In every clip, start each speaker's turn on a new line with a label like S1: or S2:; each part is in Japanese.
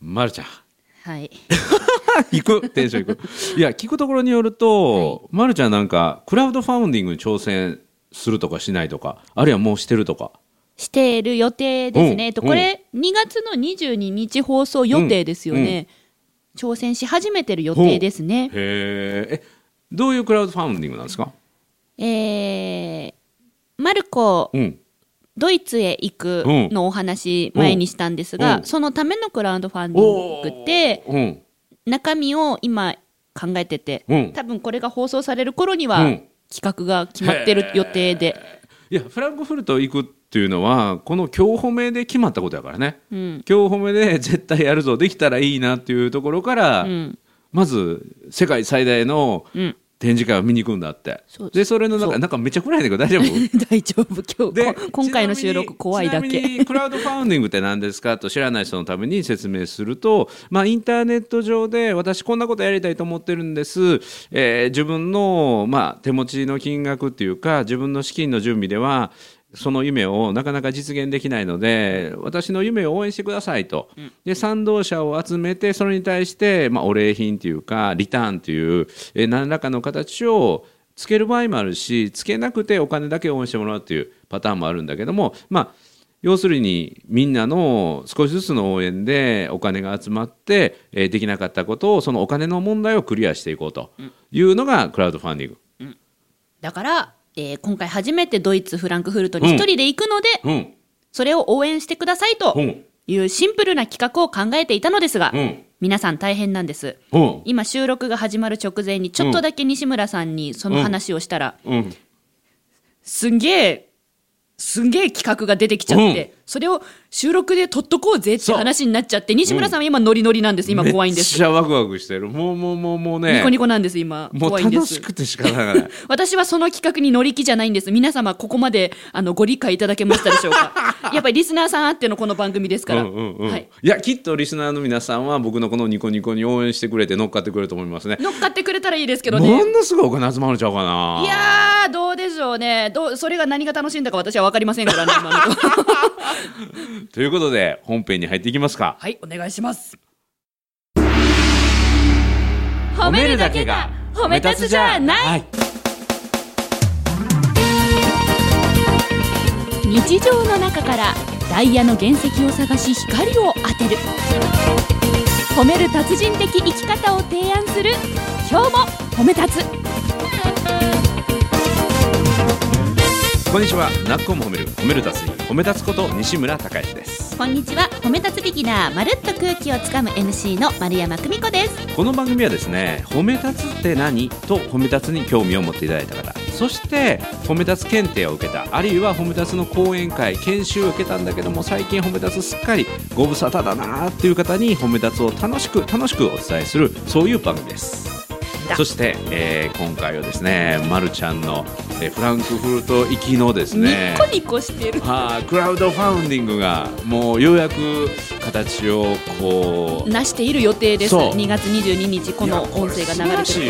S1: まるちゃん
S2: はい。
S1: 行くテンション行くいや聞くところによると、まるちゃんなんかクラウドファウンディングに挑戦するとかしないとかあるいはもうしてるとか
S2: している予定ですね。
S1: うん
S2: えっとこれ、2月の22日放送予定ですよね。挑戦し始めてる予定ですね。
S1: へーえどういうクラウドファウンディングなんですか
S2: えー、マルコ、
S1: うん
S2: ドイツへ行く
S1: うん
S2: のお話前にしたんです
S1: う
S2: が、
S1: ん
S2: そのためのクラウドファンディングで、
S1: うん
S2: 中身を今考えてて、
S1: うん
S2: 多分これが放送される頃に
S1: う
S2: は
S1: ん
S2: 企画が決まってる予定で、
S1: いやフランクフルト行くっていうのはこの競歩名で決まったことやからね
S2: うん
S1: 競歩名で絶対やるぞできたらいいなっていうところから、
S2: うん
S1: まず世界最大の
S2: うん、
S1: 展示会を見に行くんだって
S2: そう
S1: でそれの中なんかめっちゃ暗いんだけど大丈夫
S2: 大丈夫今日
S1: で
S2: こ今回の収録怖いだ
S1: ちなみ
S2: け
S1: にクラウドファウンディングって何ですかと知らない人のために説明すると、まあ、インターネット上で私こんなことやりたいと思ってるんです、えー自分の、まあ、手持ちの金額っていうか自分の資金の準備ではその夢をなかなか実現できないので私の夢を応援してくださいと、で賛同者を集めてそれに対して、まあ、お礼品というかリターンという、えー何らかの形をつける場合もあるしつけなくてお金だけ応援してもらうっていうパターンもあるんだけどもまあ要するにみんなの少しずつの応援でお金が集まって、えーできなかったことをそのお金の問題をクリアしていこうというのがクラウドファンディング。
S2: だから、えー今回初めてドイツフランクフルトに一人で行くので、
S1: うん、
S2: それを応援してくださいと
S1: うん、
S2: いうシンプルな企画を考えていたのですが、
S1: うん
S2: 皆さん大変なんです
S1: うん、
S2: 今収録が始まる直前にちょっとだけ西村さんにその話をしたら、
S1: うん、
S2: すんげえ、すんげえ企画が出てきちゃって、
S1: うん
S2: それを収録で撮っとこうぜって
S1: そう
S2: 話になっちゃって、西村さんは今ノリノリなんです。今怖いんで
S1: めっ
S2: す。
S1: ちゃワクワクしてる。もうもうもうもうね。
S2: ニコニコなんです、今。
S1: も
S2: 怖
S1: う
S2: いんで
S1: 楽
S2: す
S1: し。くて仕方がない。
S2: 私はその企画に乗り気じゃないんです。皆様、ここまで、あの、ご理解いただけましたでしょう か。やっぱりリスナーさんあってのこの番組ですから。
S1: うんうんうん
S2: はいい。、
S1: やきっとリスナーの皆さんは僕のこのニコニコに応援してくれて乗っかってくれると思いますね。
S2: 乗っかってくれたらいいですけど
S1: も
S2: ね。
S1: のすごいお金集まるんちゃうかな。
S2: いやー、どうでしょうね。どう、それが何が楽しいんだか私は分かりませ んからね、今のところ
S1: ということで本編に入っていきますか。
S2: はい、お願いします。
S1: はい。
S2: 日常の中からダイヤの原石を探し光を当てる褒める達人的生き方を提案する今日も褒め立つ
S1: こんにちは。なっこも褒める褒める達人褒め立つこと西村孝之です。
S2: こんにちは褒め立つビギナーまるっと空気をつかむ MC の丸山久美子です
S1: この番組はですね褒め立つって何と褒め立つに興味を持っていただいた方そして褒め立つ検定を受けたあるいは褒め立つの講演会研修を受けたんだけども最近褒め立つすっかりご無沙汰だなーっていう方に褒め立つを楽しく楽しくお伝えするそういう番組です
S2: だ
S1: そして、えー今回はですね、ま、るちゃんの、えーフランクフルト行きのです
S2: ニ
S1: ね
S2: ッコニコしてる
S1: はいクラウドファウンディングがもうようやく形をこう
S2: なしている予定です
S1: そう
S2: 2月22日この音声が流れてる頃に
S1: いや
S2: は素晴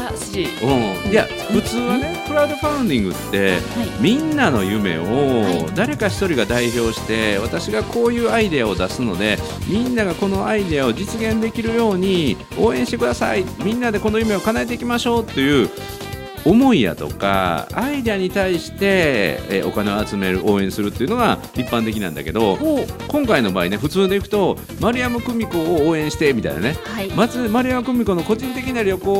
S2: らしい
S1: うん、いや普通はねクラウドファウンディングって
S2: はい
S1: みんなの夢を
S2: は
S1: 誰か一人が代表して私がこういうアイデアを出すのでみんながこのアイデアを実現できるように応援してくださいみんなでこの夢を叶えていきましょうという思いやとかアイデアに対してえーお金を集める応援するっていうのが一般的なんだけど今回の場合ね普通でいくと丸山久美子を応援してみたいなね
S2: はい
S1: まず丸山久美子の個人的な旅行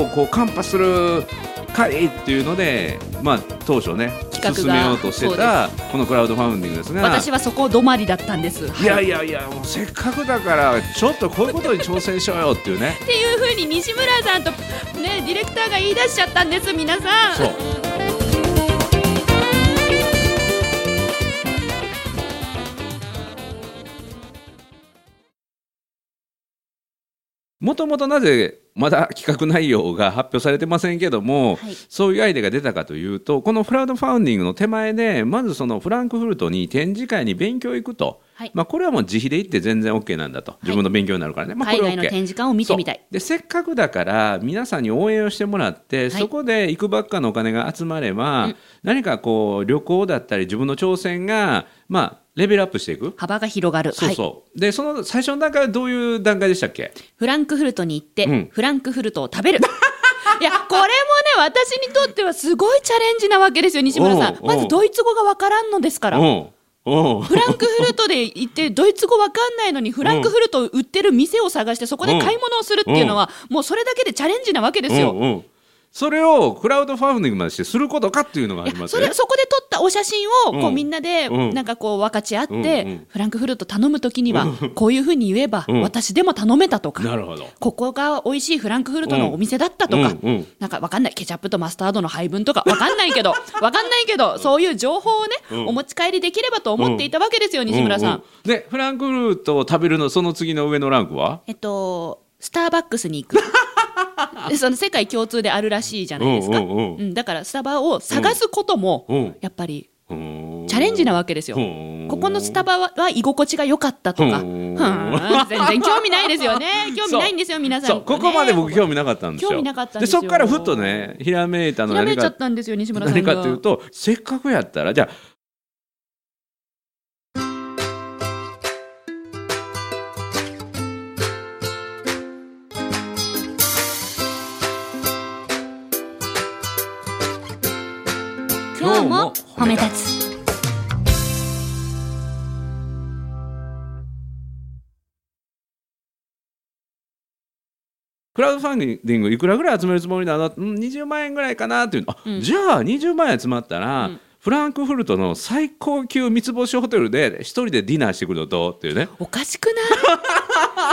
S1: をこうカンパする会っていうので、まあ、当初ね
S2: 企画が
S1: 進めようとしてたこのクラウドファウンディングですが
S2: 私はそこ止まりだったんです
S1: い
S2: はい
S1: やいやいやもうせっかくだからちょっとこういうことに挑戦しようよっていうね
S2: っていうふうに西村さんとねディレクターが言い出しちゃったんです皆さん
S1: そうもともとなぜまだ企画内容が発表されてませんけども、
S2: はい
S1: そういうアイデアが出たかというとこのクラウドファウンディングの手前でまずそのフランクフルトに展示会に勉強行くと、
S2: はい
S1: まあ、これはもう自費で行って全然 OK なんだと自分の勉強になるからね、まあ、これは
S2: 海外の
S1: OK
S2: 展示館を見てみたい
S1: そうでせっかくだから皆さんに応援をしてもらって、
S2: い
S1: そこで行くばっかのお金が集まれば、何かこう旅行だったり自分の挑戦がまあ、レベルアップしていく。
S2: 幅が広がる。
S1: そう
S2: はい。
S1: そう。で、その最初の段階はどういう段階でしたっけ
S2: フランクフルトに行って、
S1: うん
S2: フランクフルトを食べる。いや、これもね、私にとってはすごいチャレンジなわけですよ、西村
S1: お
S2: さ。
S1: うんおう
S2: まずドイツ語がわからんのですから。
S1: おうおう
S2: フランクフルトで行って、ドイツ語わかんないのに、フランクフルトを売ってる店を探して、そこで買い物をするっていうのは、もうそれだけでチャレンジなわけ ですよ。
S1: うんうんそれをクラウドファンディングまでしてすることかっていうのがあります
S2: そ
S1: ね
S2: れ。そこで撮ったお写真をこ
S1: う
S2: うんみんなで
S1: うん
S2: なんかこう分かち合って、
S1: うんうん
S2: フランクフルト頼むときにはこういうふうに言えば
S1: うん
S2: 私でも頼めたとか、
S1: なるほど。
S2: ここが美味しいフランクフルトのお店だったとか、
S1: うんうんうん
S2: なんかわかんないケチャップとマスタードの配分とかわかんないけど わかんないけどそういう情報をね、
S1: うん
S2: お持ち帰りできればと思っていたわけですよ、西村さん。
S1: うんうんで、フランクフルトを食べるの、その次の上のランクは
S2: えっとスターバックス に行くその世界共通であるらしいじゃないですか、
S1: うんうんうん
S2: だからスタバを探すことも
S1: うん
S2: やっぱ
S1: チ
S2: りチャレンジな
S1: わ
S2: わけですよ。
S1: うん
S2: ここのスタバは居心地が良かったとか、
S1: う
S2: ふ
S1: ん
S2: ーん全然興味ないで すよね。興味ないんですよ、皆さん、
S1: そう、ここまで僕
S2: ね
S1: 興味なかったんですよ。
S2: 興味なかったんですよ
S1: そこからふっとね、ひらめいたの
S2: ひ
S1: は
S2: ら
S1: 何
S2: めいちゃ
S1: か
S2: っ、たんですよ、西村さん
S1: 何
S2: が。
S1: かというと、せっかくやったら、じゃあ、今日も褒め
S2: 立つ。
S1: クラウドファンディングいくらぐらい集めるつもりなのうん20万円ぐらいかなっていうのあ、
S2: うん
S1: じゃあ20万円集まったら、
S2: うん
S1: フランクフルトの最高級三つ星ホテルで一人でディナーしてくるのとっていうね
S2: おかしくない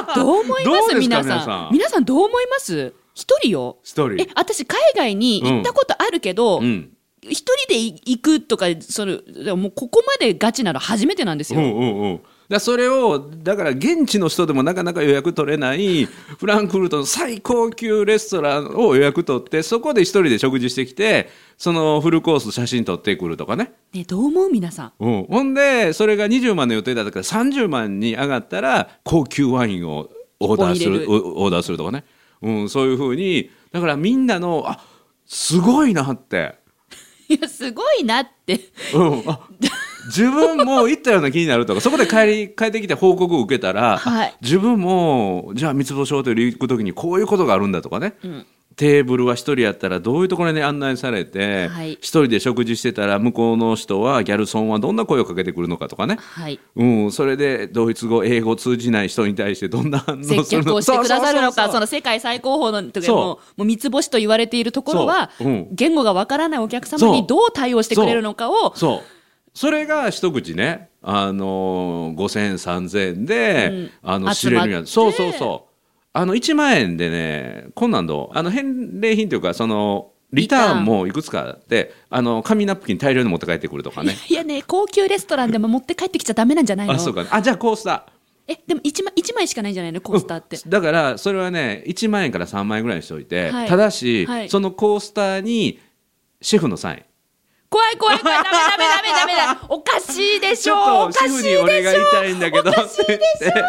S2: どう思いま
S1: どうです
S2: す
S1: か
S2: 皆
S1: 皆
S2: さ
S1: さん
S2: ん。皆さんどう思います一人よ。
S1: 一人
S2: え、私、海外に行ったことあるけど、
S1: うん
S2: 一人で行くとか、その、でももうここまでガチなの初めてなんです
S1: う
S2: よ。
S1: んうんうんだからそれをだから現地の人でもなかなか予約取れない フランクフルトの最高級レストランを予約取ってそこで一人で食事してきてそのフルコース写真撮ってくるとかね
S2: ね、どう思う皆さん。
S1: うん、ほんでそれが20万の予定だったから30万に上がったら高級ワインをオーダーす
S2: を入れ
S1: る
S2: る
S1: おオーダーするとかね、うん、そういうふうにだからみんなのあすごいなって、
S2: いや、すごいなって。
S1: うん、あ自分も行ったような気になるとかそこで帰り帰ってきて報告を受けたら、
S2: はい
S1: あ自分もじゃあ三つ星ホテル行く時にこういうことがあるんだとかね、テーブルは一人やったらどういうところに案内されて一、
S2: はい
S1: 人で食事してたら向こうの人はギャルソンはどんな声をかけてくるのかとかね、
S2: はい。
S1: うん、それでドイツ語、英語通じない人に対してどんな反応するの
S2: 接客をしてくださるのか、
S1: ううう
S2: その世界最高峰の時
S1: そう
S2: もう、もう三つ星と言われているところは
S1: そううん、
S2: 言語がわからないお客様
S1: そ
S2: に
S1: う
S2: どう対応してくれるのかを、
S1: そうそれが一口ね、あのー、5000円、3000円で、
S2: うん
S1: あの
S2: 集
S1: 知
S2: ま
S1: れ
S2: って
S1: るやつそうそうそうあの1万円でねこんなんどうあの返礼品というかそのリターンもいくつかあってあの紙ナプキン大量に持って帰ってくるとかね
S2: いやね、高級レストランでも持って帰ってきちゃダメなんじゃない
S1: あそう
S2: の
S1: かあじゃあコースタ
S2: え、でも一枚、一枚しかないんじゃないのコースターって
S1: ー。だからそれはね1万円から3万円ぐらいにしておいて、
S2: はい
S1: ただし、
S2: はい
S1: そのコースターにシェフのサイン
S2: 怖い怖い怖い、ダメダメダメダメだ。 おかしいでし
S1: ちょ
S2: ょお
S1: っと
S2: か
S1: シ
S2: し
S1: ェ
S2: い
S1: フ
S2: で
S1: に
S2: しょ
S1: お願いしたいんだけど
S2: お
S1: って
S2: かしいで
S1: 言って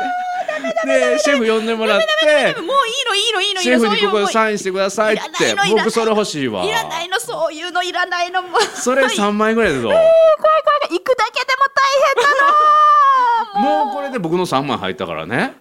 S1: でシェフ呼んでもらって
S2: もういいのいいのいい
S1: シェ
S2: の、
S1: フ
S2: そう
S1: に
S2: いう
S1: ここ
S2: も
S1: で
S2: う
S1: サインしてくださいって
S2: いらないのいらない
S1: 僕それ欲しいわ
S2: いらないの、そういうのいらないの、もう。
S1: それ3枚ぐらいだぞ
S2: 怖い怖い怖い行くだけでも大変なの
S1: もうこれで僕の3枚入ったからね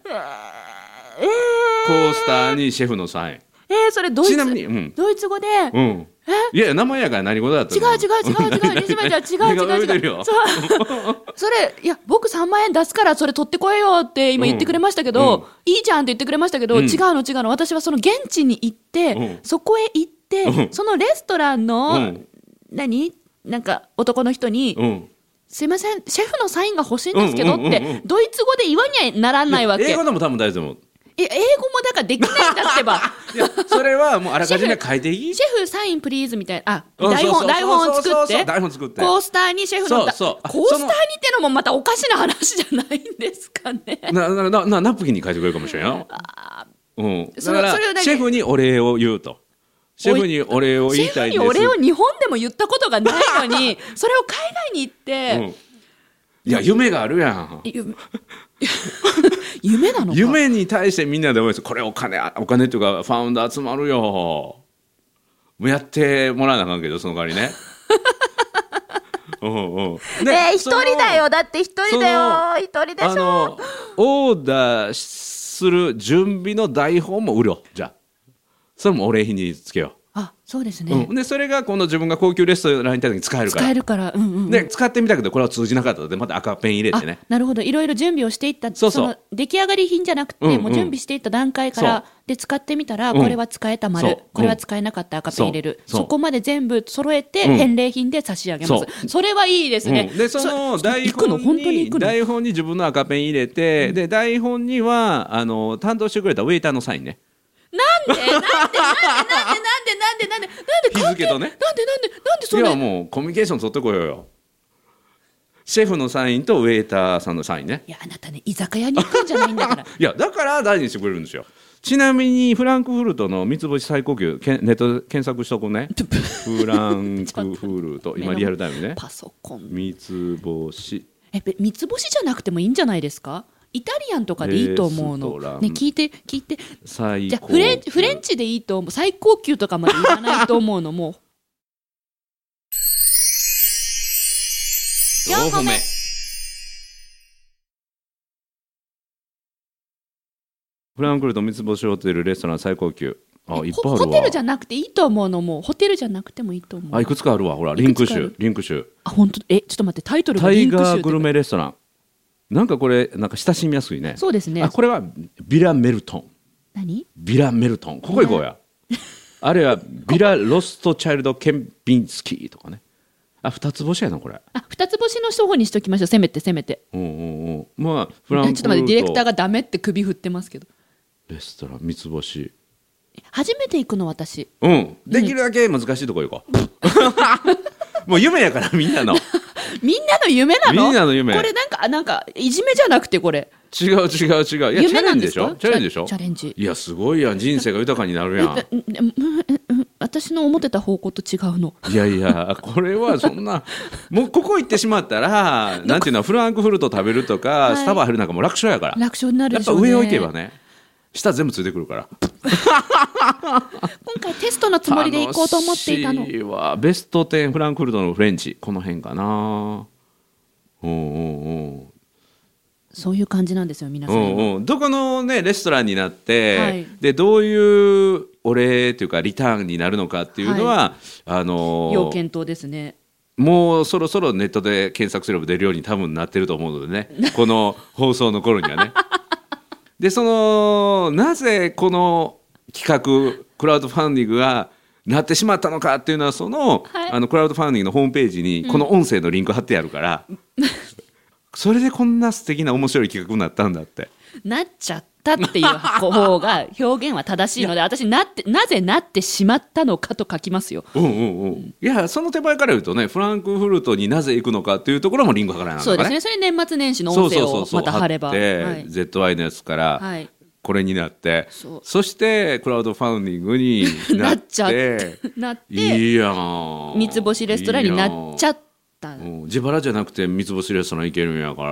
S1: コースターにシェフのサイン
S2: えー、それドイツ
S1: ちなみにうん
S2: ドイツ語で、違う
S1: うんいやいや名前やから何事だった
S2: 違う違う違う違う西村ちゃん違う違う
S1: 違う
S2: 違うそうそれいや僕3万円出すからそれ取ってこいよって今言ってくれましたけど、
S1: うん
S2: いいじゃんって言ってくれましたけど、
S1: うん
S2: 違うの違うの私はその現地に行って、
S1: うん
S2: そこへ行って、
S1: うん
S2: そのレストランの、
S1: うん
S2: 何なんか男の人に、
S1: うん
S2: すいませんシェフのサインが欲しいんですけどって、
S1: うんうんうんうん
S2: ドイツ語で言わにはならないわけ
S1: 英語でも多分大丈夫
S2: え英語もだからできないんだってば
S1: いやそれはもうあらかじめ書いていい
S2: シェフサインプリーズみたいな、あ、
S1: うん
S2: 台
S1: そうそ
S2: 本、
S1: う
S2: 台本を作
S1: そう
S2: っ
S1: そうそ
S2: て、
S1: う台本作って
S2: コースターにシェフのだ、
S1: そうそう
S2: コースターにってのもまたおかしな話じゃないんですかね。
S1: ななななナプキンに書いてくれるかもしれんよ。うん、
S2: そ
S1: だ
S2: れ
S1: から
S2: それを何
S1: シェフにお礼を言うと。シェフにお礼を
S2: シ
S1: 言いた
S2: ェフ
S1: い
S2: に
S1: です。
S2: お礼を日本でも言ったことがないのに、 それを海外に行って、
S1: うん、いや夢があるやん。
S2: ゆ 夢なのか
S1: 夢に対してみんなで思います。これお金あお金っていうかファウンド集まるよ。 もうやってもらわなあかんけどその代わりね。うんうん
S3: ね
S1: で
S3: え、一
S1: その
S3: 人だよ。だって一人だよ。
S1: その
S3: 一人で
S1: あ
S3: しょ。
S1: のオーダーする準備の台本も売ろうじゃあそれもお礼品につけよ
S2: あ、そうです
S1: う、
S2: ね
S1: う。ん、でそれが今度自分が高級レストランに行った時に使えるから
S2: 使えるから、うんうんうん。
S1: で使ってみたけどこれは通じなかったのでまた赤ペン入れ
S2: あ
S1: てね
S2: なるほどいろいろ準備をしていった
S1: そうそう
S2: の出来上がり品じゃなくて、
S1: うんうん
S2: もう準備していった段階から
S1: そ
S2: で使ってみたら、
S1: うん
S2: これは使えた丸、
S1: そう
S2: これは使えなかった赤ペン入れる
S1: そ
S2: そうこまで全部揃えて、
S1: うん
S2: 返礼品で差し上げます
S1: そ
S2: それはいいですね、
S1: うんでその台
S2: 行くの
S1: 本
S2: 本当に
S1: に
S2: 行くの
S1: 台本に自分の赤ペン入れて、で台本にはあの担当してくれたウェイターのサインね
S3: なんでなんでなんでなんでなんでなんでなんで
S1: 日付とね
S2: なんでなんでなんで
S1: い
S2: そ
S1: や
S2: れ
S1: もうコミュニケーション取ってこようよシェフのサインとウェイターさんのサインね
S2: いやあなたね居酒屋に行くんじゃないんだか ら
S1: いやだから大事にしてくれるんですよちなみにフランクフルトの三つ星最高級けんネットで検索しとこうねフランクフル ト今リアルタイムね
S2: パソコン
S1: 三つ星
S2: えべ三つ星じゃなくてもいいんじゃないですかイタリアンとかでいいと思う
S1: レストラ
S2: の、
S1: ン
S2: ね、聞いて聞いて
S1: 最
S2: じゃあ
S1: 高
S2: フレンフレンチでいいと思う最高級とかまでいかないと思うのもう
S1: 四個目フランクフルト三つ星ホテルレストラン最高級あいっぱいあ
S2: ホ
S1: るわ
S2: ホテルじゃなくていいと思うのもうホテルじゃなくてもいいと思う
S1: あいくつかあるわほらリンク
S2: いくつかあ
S1: 州
S2: る
S1: リンク州
S2: あ本当えちょっと待ってタイトルが
S1: タ
S2: リ
S1: イ
S2: ンク
S1: ガ
S2: 集
S1: ーグルメレストランなんかこれなんか親しみやすいね
S2: そうですね
S1: あこれはビラメルトン
S2: 何
S1: ビラメルトンここ行こうやあるいはビラロストチャイルドケンビンスキーとかねあ二つ星やなこれ
S2: あ二つ星の人にしときましょうせめてせめて
S1: うんうんうんまあフ
S2: ちょ
S1: ラン
S2: っ
S1: クフルト
S2: と待ってディレクターがダメって首振ってますけど
S1: レストラン三つ星
S2: 初めて行くの私
S1: うんできるだけ難しいとこ行こ うもう夢やからみんなの
S2: みんなの夢なの
S1: みんなの夢
S2: これなんかあなんかいじめじゃなくてこれ
S1: 違う違う違ういやチ
S2: 夢
S1: ャ
S2: な
S1: レ
S2: ん
S1: ンジ
S2: で
S1: ですしょ
S2: か
S1: チャレンジでしょ
S2: チャレンジ
S1: いやすごいやん人生が豊かになるや ん
S2: うんうんうんうん私の思ってた方向と違うの
S1: いやいや、これはそんな、もうここ行ってしまった ら、なんていうの、フランクフルト食べるとか、
S2: い
S1: スタバ入るなんかもう楽勝やから。
S2: 楽勝になる
S1: やっ
S2: でし
S1: ぱ
S2: ょうね
S1: 上を行けばね、下全部ついてくるから。
S2: 今回テストのつもりで行こうと思っていたの
S1: 楽しいわベスト10、フランクフルトのフレンチ、この辺かな。うんうんうん。
S2: そういう感じなんですよ皆
S1: う
S2: さん、
S1: んうん、どこの、ね、レストランになって、
S2: はい
S1: でどういうお礼というかリターンになるのかっていうのは、あのー
S2: 要検討ですね
S1: もうそろそろネットで検索すれば出るように多分なってると思うのでねこの放送の頃にはね。でそのなぜこの企画クラウドファンディングがなってしまったのかっていうのはその,、
S2: はい
S1: あのクラウドファンディングのホームページにこの音声のリンク貼ってあるから、それでこんな素敵な面白い企画になったんだって。
S2: なっちゃったっていう方が表現は正しいので私なってなぜなってしまったのかと書きますよ
S1: うんうんうん、いやその手前から言うとねフランクフルトになぜ行くのかっていうところもリンク貼らないの
S2: そう
S1: か
S2: で
S1: ね
S2: すねそれ年末年始の
S1: そう
S2: 音
S1: そ
S2: 声
S1: うそう
S2: を
S1: そう
S2: また貼れば
S1: 貼って
S2: はい
S1: ZY のやつから、
S2: はい
S1: これになって
S2: そう
S1: そしてクラウドファンディングにな
S2: な
S1: って
S2: っちゃって なって
S1: いいやん
S2: 三つ星レストランになっちゃ
S1: っ
S2: った
S1: うん、自腹じゃなくて三つ星レストラン行けるんやか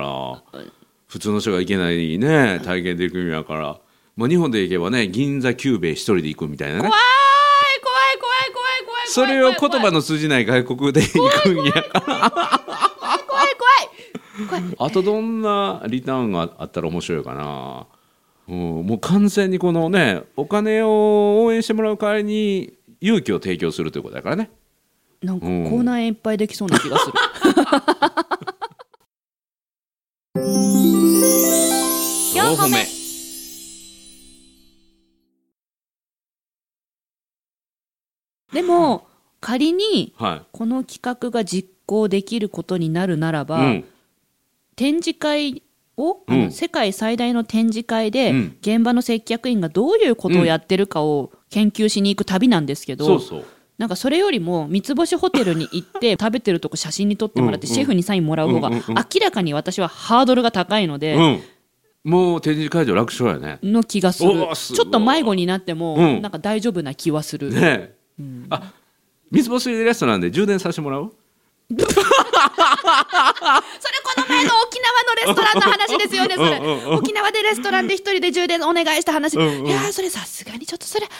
S1: ら普通の人が行けないね体験できるんやから、まあ、日本で行けばね銀座久兵衛一人で行くみたいなね
S2: 怖い怖い怖い怖い怖い
S1: それを言
S2: 怖い
S1: 葉の通じない外国で行くんやから
S2: 怖い怖い怖い怖い
S1: あとどんなリターンがあったら面白いかな、うん、もう完全にこのねお金を応援してもらう代わりに勇気を提供するということだからね
S2: なんか口内炎いっぱいできそうな気 がする
S1: 4
S2: 歩目でも仮に
S1: は
S2: この企画が実行できることになるなら
S1: い、
S2: ば、
S1: うん、
S2: 展示会を、あ
S1: うん
S2: の世界最大の展示会で、
S1: うん
S2: 現場の接客員がどういうことをやってるかを研究しに行く旅なんですけど、
S1: そうそう
S2: なんかそれよりも三つ星ホテルに行って食べてるとこ写真に撮ってもらって
S1: うんうん
S2: シェフにサインもらう方が
S1: うんうんうん
S2: 明らかに私はハードルが高いので。
S1: うん、もう展示会場楽勝やね
S2: の気がする
S1: おーすごい
S2: ちょっと迷子になっても、
S1: うん
S2: なんか大丈夫な気はする、
S1: ねえ、あ三つ星レストランで充電させてもらう
S2: それこの前の沖縄のレストランの話ですよね、それ。
S1: うんうんうん
S2: 沖縄でレストランで一人で充電お願いした話。
S1: うんうん
S2: いやー、それさすがにちょっとそれ、
S1: ね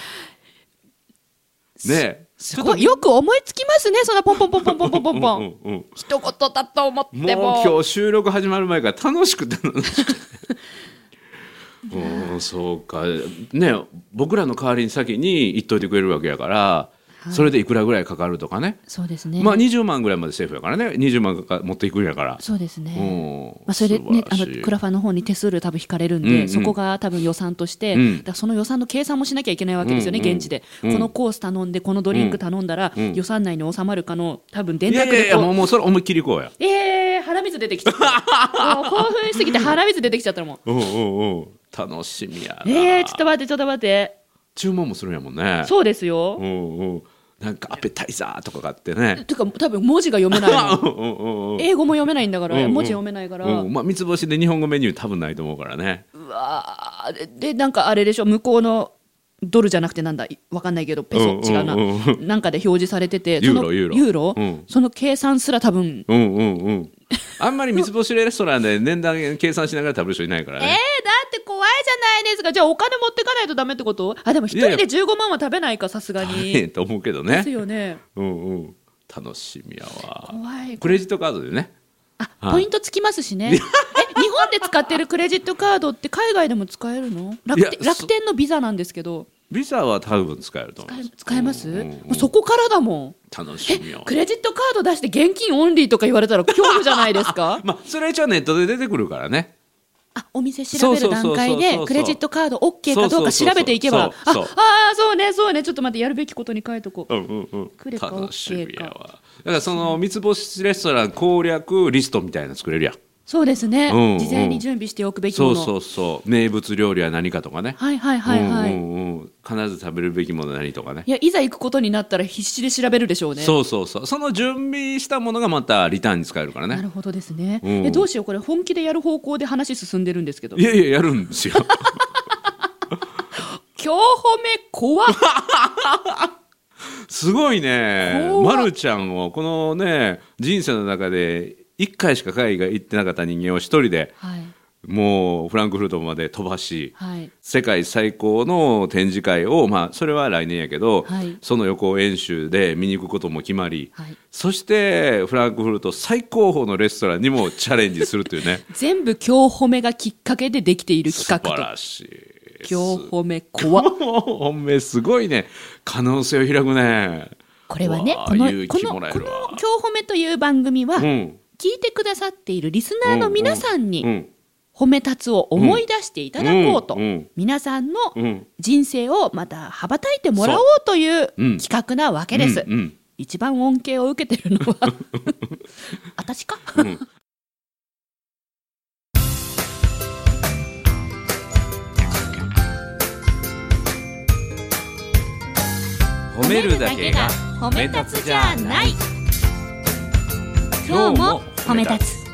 S1: え
S2: すごいよく思いつきますねそんなポンポンポンポンポンポンポンポン
S1: うんうん
S2: 一言だと思っ
S1: うん、もう
S2: ても
S1: 今日収録始まる前から楽しくて楽しく てうんそうかね僕らの代わりに先に言っといてくれるわけやから、それでいくらぐらいかかるとかね
S2: そうですね、
S1: まあ20万ぐらいまでセーフやからね20万か持っていくんやから、
S2: そうですね、
S1: うん
S2: まあ、それでねあ
S1: 素晴ら
S2: の
S1: しい
S2: クラファンの方に手数料多分引かれるんで、
S1: うんうん
S2: そこが多分予算として、
S1: うん
S2: だからその予算の計算もしなきゃいけないわけですよね、
S1: うんうん
S2: 現地で、
S1: うん
S2: このコース頼んでこのドリンク頼んだら、
S1: うん
S2: 予算内に収まるかの多分電
S1: いやい
S2: 卓
S1: やい
S2: で
S1: や
S2: こう
S1: もうもうそれ思いっきり行こうや
S2: えー、腹水出てきちゃった もう興奮しすぎて腹水出てきちゃったのもう
S1: うんうんうん楽しみやな
S2: えー、ちょっと待ってちょっと待って
S1: 注文もするんやもんね
S2: そうですよ、
S1: うんうんなんかアペタイザーとか買ってね
S2: てか多分文字が読めないの
S1: うんうん うんうん
S2: 英語も読めないんだから、
S1: うんうん
S2: 文字読めないから、
S1: うんまあ三つ星で日本語メニュー多分ないと思うからね
S2: うわーででなんかあれでしょ向こうのドルじゃなくてなんだいわかんないけどペソ、
S1: うん
S2: 違うな、
S1: うんう
S2: なんかで表示されてて
S1: ユーロ
S2: その
S1: ユーロうん
S2: その計算すら多分
S1: うんうんうんあんまり三つ星レストランで年段計算しながら食べる人いないから
S2: えー、だ
S1: ね
S2: って怖いじゃないですかじゃあお金持ってかないとダメってことあでも一人
S1: いやい
S2: で
S1: や
S2: 15万は食べないかさすが
S1: ええ
S2: に
S1: と思うけど
S2: です
S1: ね
S2: よね
S1: うんうん楽しみやわ
S2: 怖い
S1: クレジットカードでね
S2: あ
S1: はい
S2: ポイントつきま すしねえ日本で使ってるクレジットカードって海外でも使えるの楽
S1: い
S2: 天
S1: や
S2: 楽天のビザなんですけど
S1: ビザは多分使えると思います
S2: 使えます、
S1: うんうん
S2: も
S1: うん
S2: うそこからだもん
S1: 楽
S2: え
S1: しみやわ
S2: クレジットカード出して現金オンリーとか言われたら恐怖じゃないです か
S1: まあそれは一応ネットで出てくるからね
S2: あお店調べる段階
S1: そうそうそうそう
S2: で
S1: そう
S2: クレジットカード OK かどうか調べていけば
S1: そうそ
S2: あ
S1: うそうそう
S2: あーそうねそうねちょっと待ってやるべきことに書いとこう
S1: うんうんうん
S2: クレカ
S1: 楽しみや
S2: オッケ
S1: わだからその三つ星レストラン攻略リストみたいなの作れるやん
S2: そうですね、
S1: うんうん
S2: 事前に準備しておくべき
S1: そ
S2: も
S1: う
S2: の
S1: そうそう名物料理は何かとかね
S2: はいはいはいはい、
S1: うんうんうん、必ず食べるべきもの何とかね
S2: いやいざ行くことになったら必死で調べるでしょうね
S1: そうそうそうその準備したものがまたリターンに使えるから
S2: な
S1: ね
S2: るほどですね、
S1: うん
S2: えどうしようこれ本気でやる方向で話進んでるんですけど
S1: いやいややるん ですよ
S2: 今日褒め怖っ
S1: すごいね
S2: 怖っ
S1: まるちゃんをこのね人生の中で1回しか海外行ってなかった人間を一人で
S2: はい
S1: もうフランクフルトまで飛ばし
S2: はい
S1: 世界最高の展示会を、まあ、それは来年やけど、
S2: はい
S1: その予行演習で見に行くことも決まり、
S2: はい
S1: そしてフランクフルト最高峰のレストランにもチャレンジするという ね
S2: 全部今日褒めがきっかけでできている
S1: 素
S2: 企画
S1: 晴
S2: と
S1: らしい
S2: 今日褒め怖っ
S1: おめすごいね可能性を開くね
S2: これはね
S1: わあ
S2: このこ
S1: 勇
S2: の
S1: 気
S2: こ
S1: も
S2: の
S1: らえ
S2: 「今
S1: るわ
S2: 日褒め」という番組は、
S1: うん
S2: 聞いてくださっているリスナーの皆さ
S1: う
S2: んに
S1: ん
S2: 褒め立つを思い出していただこうと、
S1: うんうん
S2: 皆さんの
S1: うん
S2: 人生をまた羽ばたいてもらおうという
S1: うん
S2: 企画なわけです、
S1: うんうん
S2: 一番恩恵を受けてるの は私か、
S1: うん褒めるだけが
S2: 褒
S1: め立つじゃない
S2: 今日も褒め立
S1: つ
S2: つ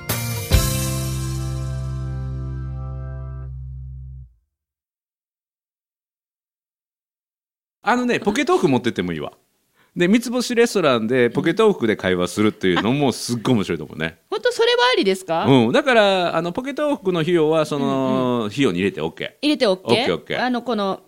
S1: あのねポケトーク持ってってもいいわで三つ星レストランでポケトークで会話するっていうのもすっごい面白いと思うね
S2: 本当それはありですか、
S1: うん、だからあのポケトークの費用はその、費用に入れて OK。
S2: 入れて OK?
S1: オッケーオッケー
S2: あのこの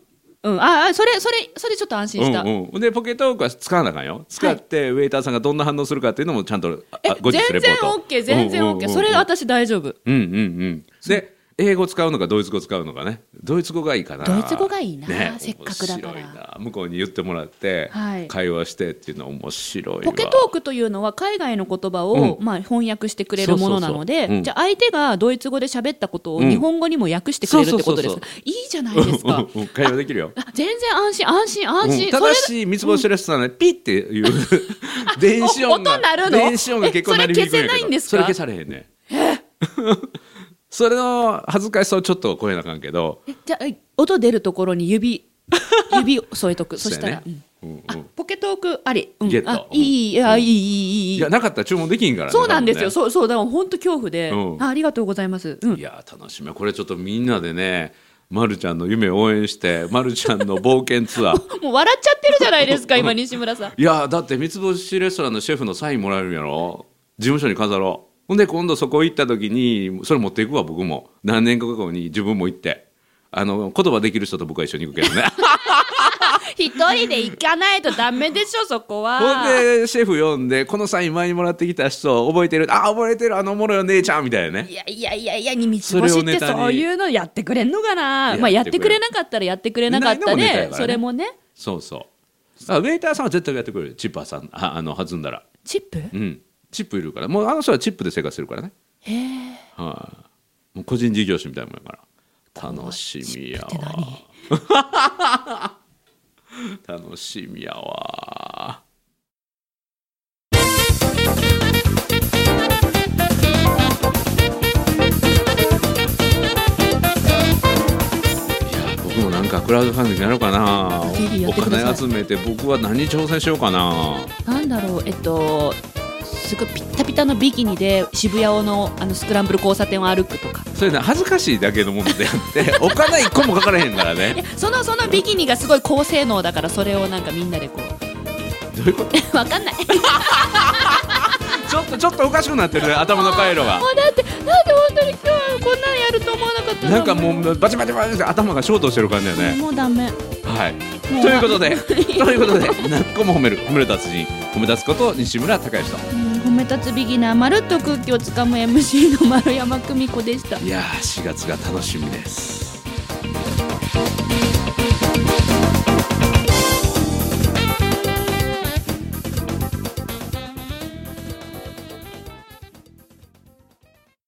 S2: うんああそれそれそれちょっと安心した、
S1: うんうん、でポケトークは使わなあかんよ使って、ウェイターさんがどんな反応するかっていうのもちゃんと
S2: え
S1: あ後日レ
S2: 全
S1: ポ
S2: 然
S1: ート
S2: OK 全然 OK、
S1: うんうんうん
S2: それ私大丈夫
S1: うんうんうんで英語使うのかドイツ語使うのかねドイツ語がいいかな
S2: ドイツ語がいいな
S1: ね、
S2: せっかくだから
S1: 面白いな向こうに言ってもらって、
S2: はい
S1: 会話してっていうのは面白いわ
S2: ポケトークというのは海外の言葉を、
S1: う
S2: まあ、翻訳してくれるものなので
S1: そうそうそううん
S2: じゃあ相手がドイツ語で喋ったことを
S1: うん
S2: 日本語にも訳してくれるってことです、
S1: そうそうそ
S2: いいじゃないですか
S1: うんうん会話できるよ
S2: あ全然安心安心
S1: う
S2: 安心、
S1: んた
S2: それ
S1: だし三つ星レストランでピッっていう 電子音が
S2: お音鳴るの
S1: 電子音が結構鳴り響くやけど
S2: えそれ消せないんですか
S1: それ消されへんねそれの恥ずかしさをちょっと超えなあかんけど
S2: えじゃあえ音出るところ に指指を添えとくそしたら、
S1: うやねうんうん
S2: うんあポケトークあり、うん
S1: ゲット
S2: あいいいいあいいいいいいい
S1: いやなかったら注文できんからね
S2: そうなんですよ、
S1: 多
S2: そうそうだから本当恐怖で、
S1: うん
S2: あありがとうございます、う
S1: 分ね
S2: ん
S1: い、や楽しみこれちょっとみんなでねまるちゃんの夢を応援してまるちゃんの冒険ツアー
S2: もう笑っちゃってるじゃな いですか今西村さん
S1: いやだって三つ星レストランのシェフのサインもらえるんやろ事務所に飾ろうほんで今度そこ行った時にそれ持っていくわ僕も何年か後に自分も行ってあの言葉できる人と僕は一緒に行くけ どね
S2: 一人で行かないとダメでしょ、そこは。
S1: ほんでシェフ呼んでこのサイン前にもらってきた人覚えてるあ覚えてるあのおもろいお姉ちゃんみたいなね
S2: いやいやいやいや、にみつ
S1: それ
S2: 星
S1: を
S2: っ
S1: ネ
S2: て
S1: タに
S2: そういうのやってくれんのかな。ま
S1: や
S2: あ、や
S1: っ
S2: ってて
S1: く
S2: く
S1: れ
S2: れなかったら、やってくれなかった
S1: いないのもネタやか、
S2: で
S1: らね
S2: それもね。
S1: そうそうあウェイターさんは絶対やってくれるチッパーさんああの弾んだら
S2: チップ。
S1: うんチップいるからもうあの人はチップで生活するからねへえ、はいもう個人事業主みたいなもんやから楽しみや
S2: って
S1: わ
S2: 何。
S1: 楽しみやわいや僕もなんかクラウドファンディングやろうかな
S2: ぜひや
S1: お
S2: ってください
S1: 金集めて僕は何に挑戦しようかな
S2: なんだろう、えっと。すごいピッタピタのビキニで渋谷のあのスクランブル交差点を歩くとか
S1: それね恥ずかしいだけのものであって お金一個もかからへんから
S2: いや
S1: ね
S2: そのそのビキニがすごい高性能だからそれをなんかみんなでこ
S1: どういうこと
S2: うわかんない
S1: ちょっとちょっとおかしくなってるね頭の回路 が
S2: もうだってだって本当に今日はこんなのやると思わなかったの
S1: なんかもうバチバチバチって頭がショートしてる感じだよね
S2: もうダメ
S1: はい、
S2: もう
S1: ということ でということで何個も褒める褒める達人褒め立つこと西村孝之と
S2: うん褒め立つビギナーまるっと空気をつかむ MC の丸山久美子でした
S1: いやー4月が楽しみです